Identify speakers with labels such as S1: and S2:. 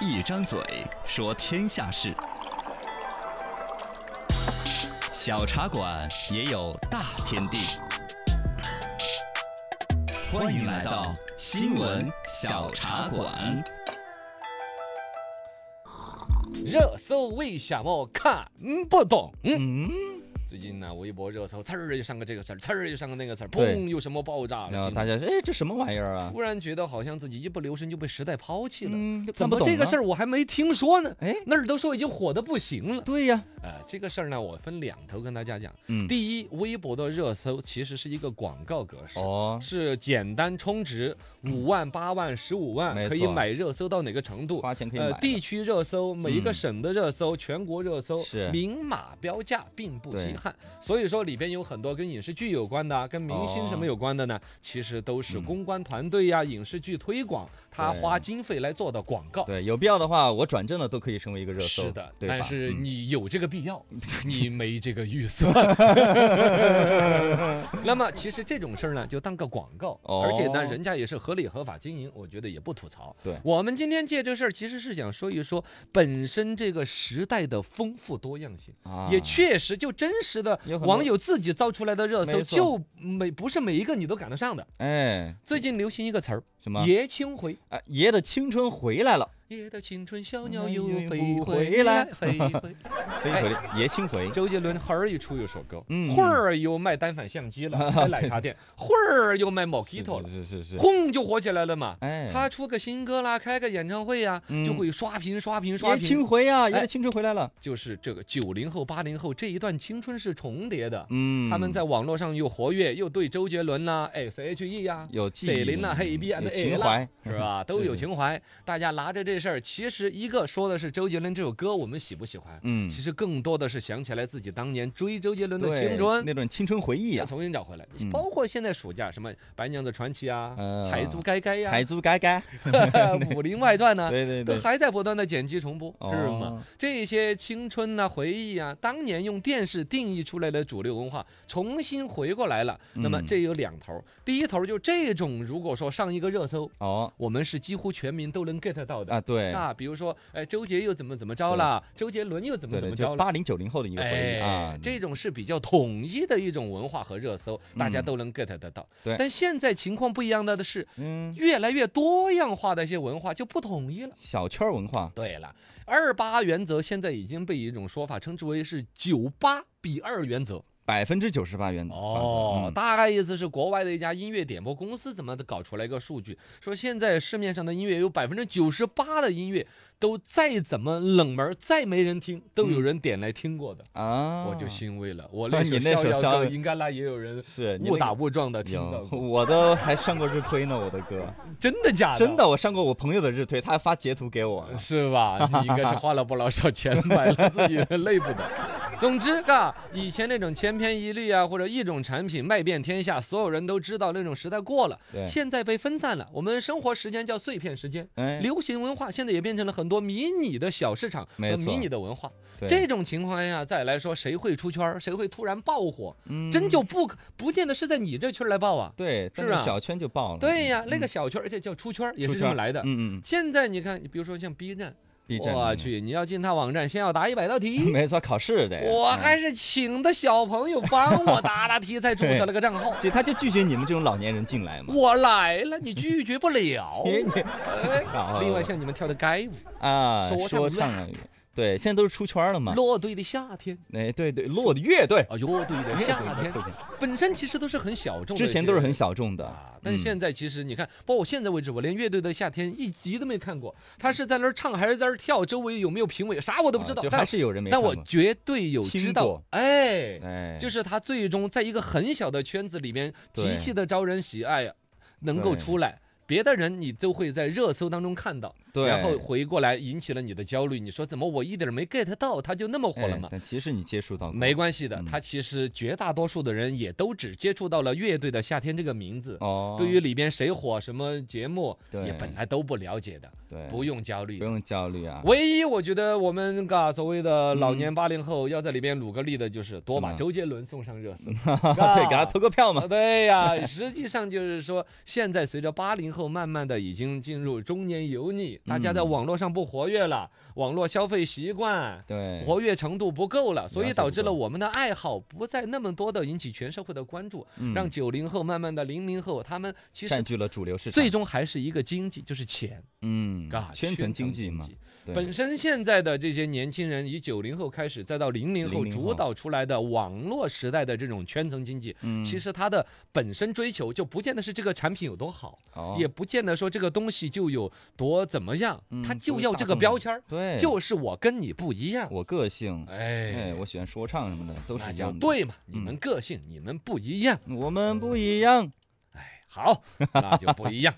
S1: 一张嘴说天下事，小茶馆也有大天地。欢迎来到新闻小茶馆。
S2: 热搜为什么看不懂？
S1: 嗯，
S2: 最近呢，微博热搜词儿又上个这个词儿，词儿又上个那个词儿，
S1: 对
S2: 砰，又什么爆炸
S1: 然后
S2: 了。
S1: 大家说，哎，这什么玩意儿啊？
S2: 突然觉得好像自己一不留神就被时代抛弃了。
S1: 嗯
S2: 怎么这个事
S1: 儿？
S2: 儿我还没听说呢？
S1: 哎，
S2: 那儿都说已经火的不行了。
S1: 对呀，
S2: 呃，这个事儿呢，我分两头跟大家讲。
S1: 嗯，
S2: 第一，微博的热搜其实是一个广告格式。
S1: 哦，
S2: 是简单充值，五万、八万、十五
S1: 没
S2: 万，可以
S1: 错
S2: 买热搜到哪个程度？
S1: 花钱可以
S2: 呃，
S1: 买。
S2: 地区热搜、每一个
S1: 嗯
S2: 省的热搜、全国热搜，
S1: 是
S2: 明码标价，并不稀
S1: 对
S2: 罕。所以说里边有很多跟影视剧有关的、啊，跟明星什么
S1: 哦
S2: 有关的呢，其实都是
S1: 嗯
S2: 公关团队呀、影视剧推广，他
S1: 对
S2: 花经费来做的广告。
S1: 对，有必要的话，我转正了都可以成为一个热搜。
S2: 是的，
S1: 对吧
S2: 但是
S1: 嗯
S2: 你有这个必 要，你没这个预算。那么其实这种事儿呢，就当个广告，
S1: 哦
S2: 而且呢，人家也是合理合法经营，我觉得也不吐槽。
S1: 对
S2: 我们今天借这事儿，其实是想说一说本身这个时代的丰富多样性。
S1: 啊
S2: 也确实，就真实的
S1: 有很多
S2: 网友自己造出来的热搜，
S1: 没错
S2: 就每不是每一个你都赶得上的。
S1: 哎，
S2: 最近流行一个词儿
S1: 什么
S2: “爷青回”，
S1: 啊，爷的青春回来了，
S2: 爷的青春小鸟
S1: 哎
S2: 又
S1: 呦
S2: 飞
S1: 不
S2: 回
S1: 回来
S2: 来，飞回来。
S1: 飞回来，爷青回。
S2: 周杰伦会儿又出一首歌，
S1: 嗯
S2: 会儿又卖单反 相机了，开奶茶店，会儿又卖 Mojito 了，
S1: 是是是，
S2: 轰就火起来了嘛。
S1: 哎，
S2: 他出个新歌啦，开个演唱会呀
S1: 嗯，
S2: 就会刷屏刷屏刷
S1: 爷青
S2: 屏。
S1: 回啊，爷
S2: 哎
S1: 的青春回来了。
S2: 就是这个九零后、八零后这一段青春是重叠的，
S1: 嗯，
S2: 他们在网络上又活跃，又对周杰伦哎啦、S.H.E E 呀、
S1: 有记
S2: 水
S1: 忆，
S2: 林呐、啊黑啊
S1: 有
S2: B and
S1: 情怀，
S2: 是吧？都有
S1: 是
S2: 情怀。大家拿着这事儿，其实一个说的是周杰伦这首歌我们喜不喜欢，
S1: 嗯，
S2: 其实更多的是想起来自己当年追周杰伦的
S1: 对
S2: 青春，哎
S1: 那段青春回忆
S2: 要
S1: 啊，
S2: 重新找回来
S1: 嗯。
S2: 包括现在暑假什么《白娘子传奇》啊，
S1: 嗯
S2: 《海珠该该》呀，
S1: 海珠该该，
S2: 《武林外传》呢，
S1: 对对
S2: 都
S1: 对，
S2: 还在不断的剪辑重播，是吗
S1: 哦？
S2: 这些青春呐、回忆啊，当年用电视定义出来的主流文化，重新回过来了。那么
S1: 嗯
S2: 这有两头儿，第一头儿就这种，如果说上一个热搜，
S1: 哦
S2: 我们是几乎全民都能 get 到的。
S1: 啊，对，
S2: 那比如说，哎，周杰又怎么怎么着了，周杰伦又怎么
S1: 对
S2: 怎
S1: 对，
S2: 么着
S1: 就
S2: 了。
S1: 八零九零后的一个回忆啊，
S2: 哎，这种是比较统一的一种文化和热搜，大家
S1: 嗯
S2: 都能 get 得到。
S1: 对
S2: 但现在情况不一样的是，
S1: 嗯，
S2: 越来越多样化的一些文化就不统一了。
S1: 小圈儿文化，
S2: 对了，二八原则现在已经被一种说法称之为是九八比二原则。
S1: 百分之九十八元嗯
S2: 哦，大概意思是国外的一家音乐点播公司怎么搞出来一个数据，说现在市面上的音乐有百分之九十八的音乐都再怎么冷门，再没人听，都
S1: 嗯
S2: 有人点来听过的，
S1: 啊，
S2: 我就欣慰了。我那首
S1: 你那
S2: 逍
S1: 首
S2: 遥
S1: 逍遥
S2: 歌应该那也有人
S1: 是你那
S2: 误打
S1: 个
S2: 误撞的听到
S1: 有，
S2: 过，
S1: 我的还上过日推呢，我的 歌，
S2: 真的假的？
S1: 真的，我上过我朋友的日推，他还发截图给我了，
S2: 是 吧？你应该是花了不老少钱买了自己的内部的。总之，嘎，以前那种千篇一律啊，或者一种产品卖遍天下，所有人都知道那种时代过了，
S1: 对，
S2: 现在被分散了。我们生活时间叫碎片时间，
S1: 哎，
S2: 流行文化现在也变成了很多迷你的小市场
S1: 没
S2: 和
S1: 错
S2: 迷你的文化。
S1: 对
S2: 这种情况下再来说，谁会出圈儿？谁会突然爆火？
S1: 嗯
S2: 真就不不见得是在你这圈儿来爆啊。
S1: 对，在
S2: 是
S1: 那
S2: 啊
S1: 小圈就爆了，
S2: 对呀、
S1: 嗯
S2: 那个小圈儿，而且叫出圈儿也
S1: 出
S2: 是这
S1: 圈
S2: 么
S1: 儿
S2: 来的。
S1: 嗯嗯
S2: 现在你看，比如说像 B 站。
S1: ，B 站，嗯
S2: 我，去，你要进他网站，先要答一百道 题。
S1: 没错，考试的，
S2: 我
S1: 嗯。
S2: 还是请的小朋友帮我答答题，才注册了个账号
S1: 所以他就拒绝你们这种老年人进来嘛。。
S2: 我来了，你拒绝不了
S1: 你你
S2: 哎
S1: 好
S2: 另外，像你们跳的街舞，
S1: 啊，
S2: 说
S1: 说
S2: 唱
S1: 唱啊，对，现在都是出圈了嘛
S2: 《。乐队的夏天
S1: 哎，对对，落的乐队》，
S2: 啊，《乐队的
S1: 乐队
S2: 夏
S1: 乐
S2: 天
S1: 队》
S2: 本身其实都是很小众的一些，
S1: 之前都是很小众的，
S2: 啊。但
S1: 嗯
S2: 现在其实你看，包括我现在为止，我连乐队的夏天一集都没看过。他是在那儿唱还是在那儿跳？周围有没有评委？啥我都不知
S1: 啊
S2: 道
S1: 就。还
S2: 但
S1: 是有人没
S2: 但
S1: 看
S2: 我
S1: 过。
S2: 绝对有知
S1: 听
S2: 道
S1: 过。
S2: 哎，
S1: 哎，
S2: 就是是他最终在一个很小的圈子里面极
S1: 对
S2: 其的招人喜爱，能够
S1: 对
S2: 出来。别的人你都会在热搜当中看到，
S1: 对，
S2: 然后回过来引起了你的焦虑。你说怎么我一点儿没 get 到，他就那么火
S1: 哎
S2: 了吗？
S1: 但其实你接触到过
S2: 没关系的
S1: 嗯，
S2: 他其实绝大多数的人也都只接触到了乐队的夏天这个名字，
S1: 哦，
S2: 对于里边谁火什么节目也
S1: 对
S2: 本来都不了解的，
S1: 对
S2: 不用焦虑
S1: 不。用焦虑啊，
S2: 唯一我觉得我们嘎所谓的老
S1: 嗯
S2: 年八零后要在里边努个力的，就是多
S1: 是
S2: 把
S1: 吗
S2: 周杰伦送上热搜，
S1: 对，给他
S2: 嘎
S1: 投个票
S2: 啊
S1: 嘛。
S2: 对呀、实际上就是说，现在随着八零后慢慢的已经进入中年油腻，题，大家在
S1: 嗯
S2: 网络上不活跃了，网络消费习惯。
S1: 对，
S2: 活跃程度不够了，所
S1: 哎了
S2: 以
S1: 解
S2: 导
S1: 不
S2: 致了
S1: 够
S2: 我们的爱好不再那么多的引起全社会的关注，
S1: 嗯
S2: 让九零后慢慢的零零后，他们其实
S1: 占据了主流市场，
S2: 最终还是一个经济，就是钱
S1: 嗯
S2: 啊，
S1: 圈层经济嘛，对
S2: 本身现在的这些年轻人，以九零后开始，再到零零后
S1: 00后
S2: 主导出来的网络时代的这种圈层经济，
S1: 嗯
S2: 其实它的本身追求就不见得是这个产品有多好，
S1: 哦
S2: 也不见得说这个东西就有多怎么样，
S1: 嗯
S2: 它
S1: 作
S2: 就
S1: 为
S2: 要
S1: 大
S2: 这个
S1: 众
S2: 标签儿，
S1: 对，
S2: 就是我跟你不一样，
S1: 我个性，哎，
S2: 哎，
S1: 我喜欢说唱什么的，都是
S2: 那
S1: 一
S2: 就
S1: 样的。
S2: 对嘛，你
S1: 嗯
S2: 们个性，你们不一样，
S1: 我们不一样。
S2: 哎，好，那就不一样。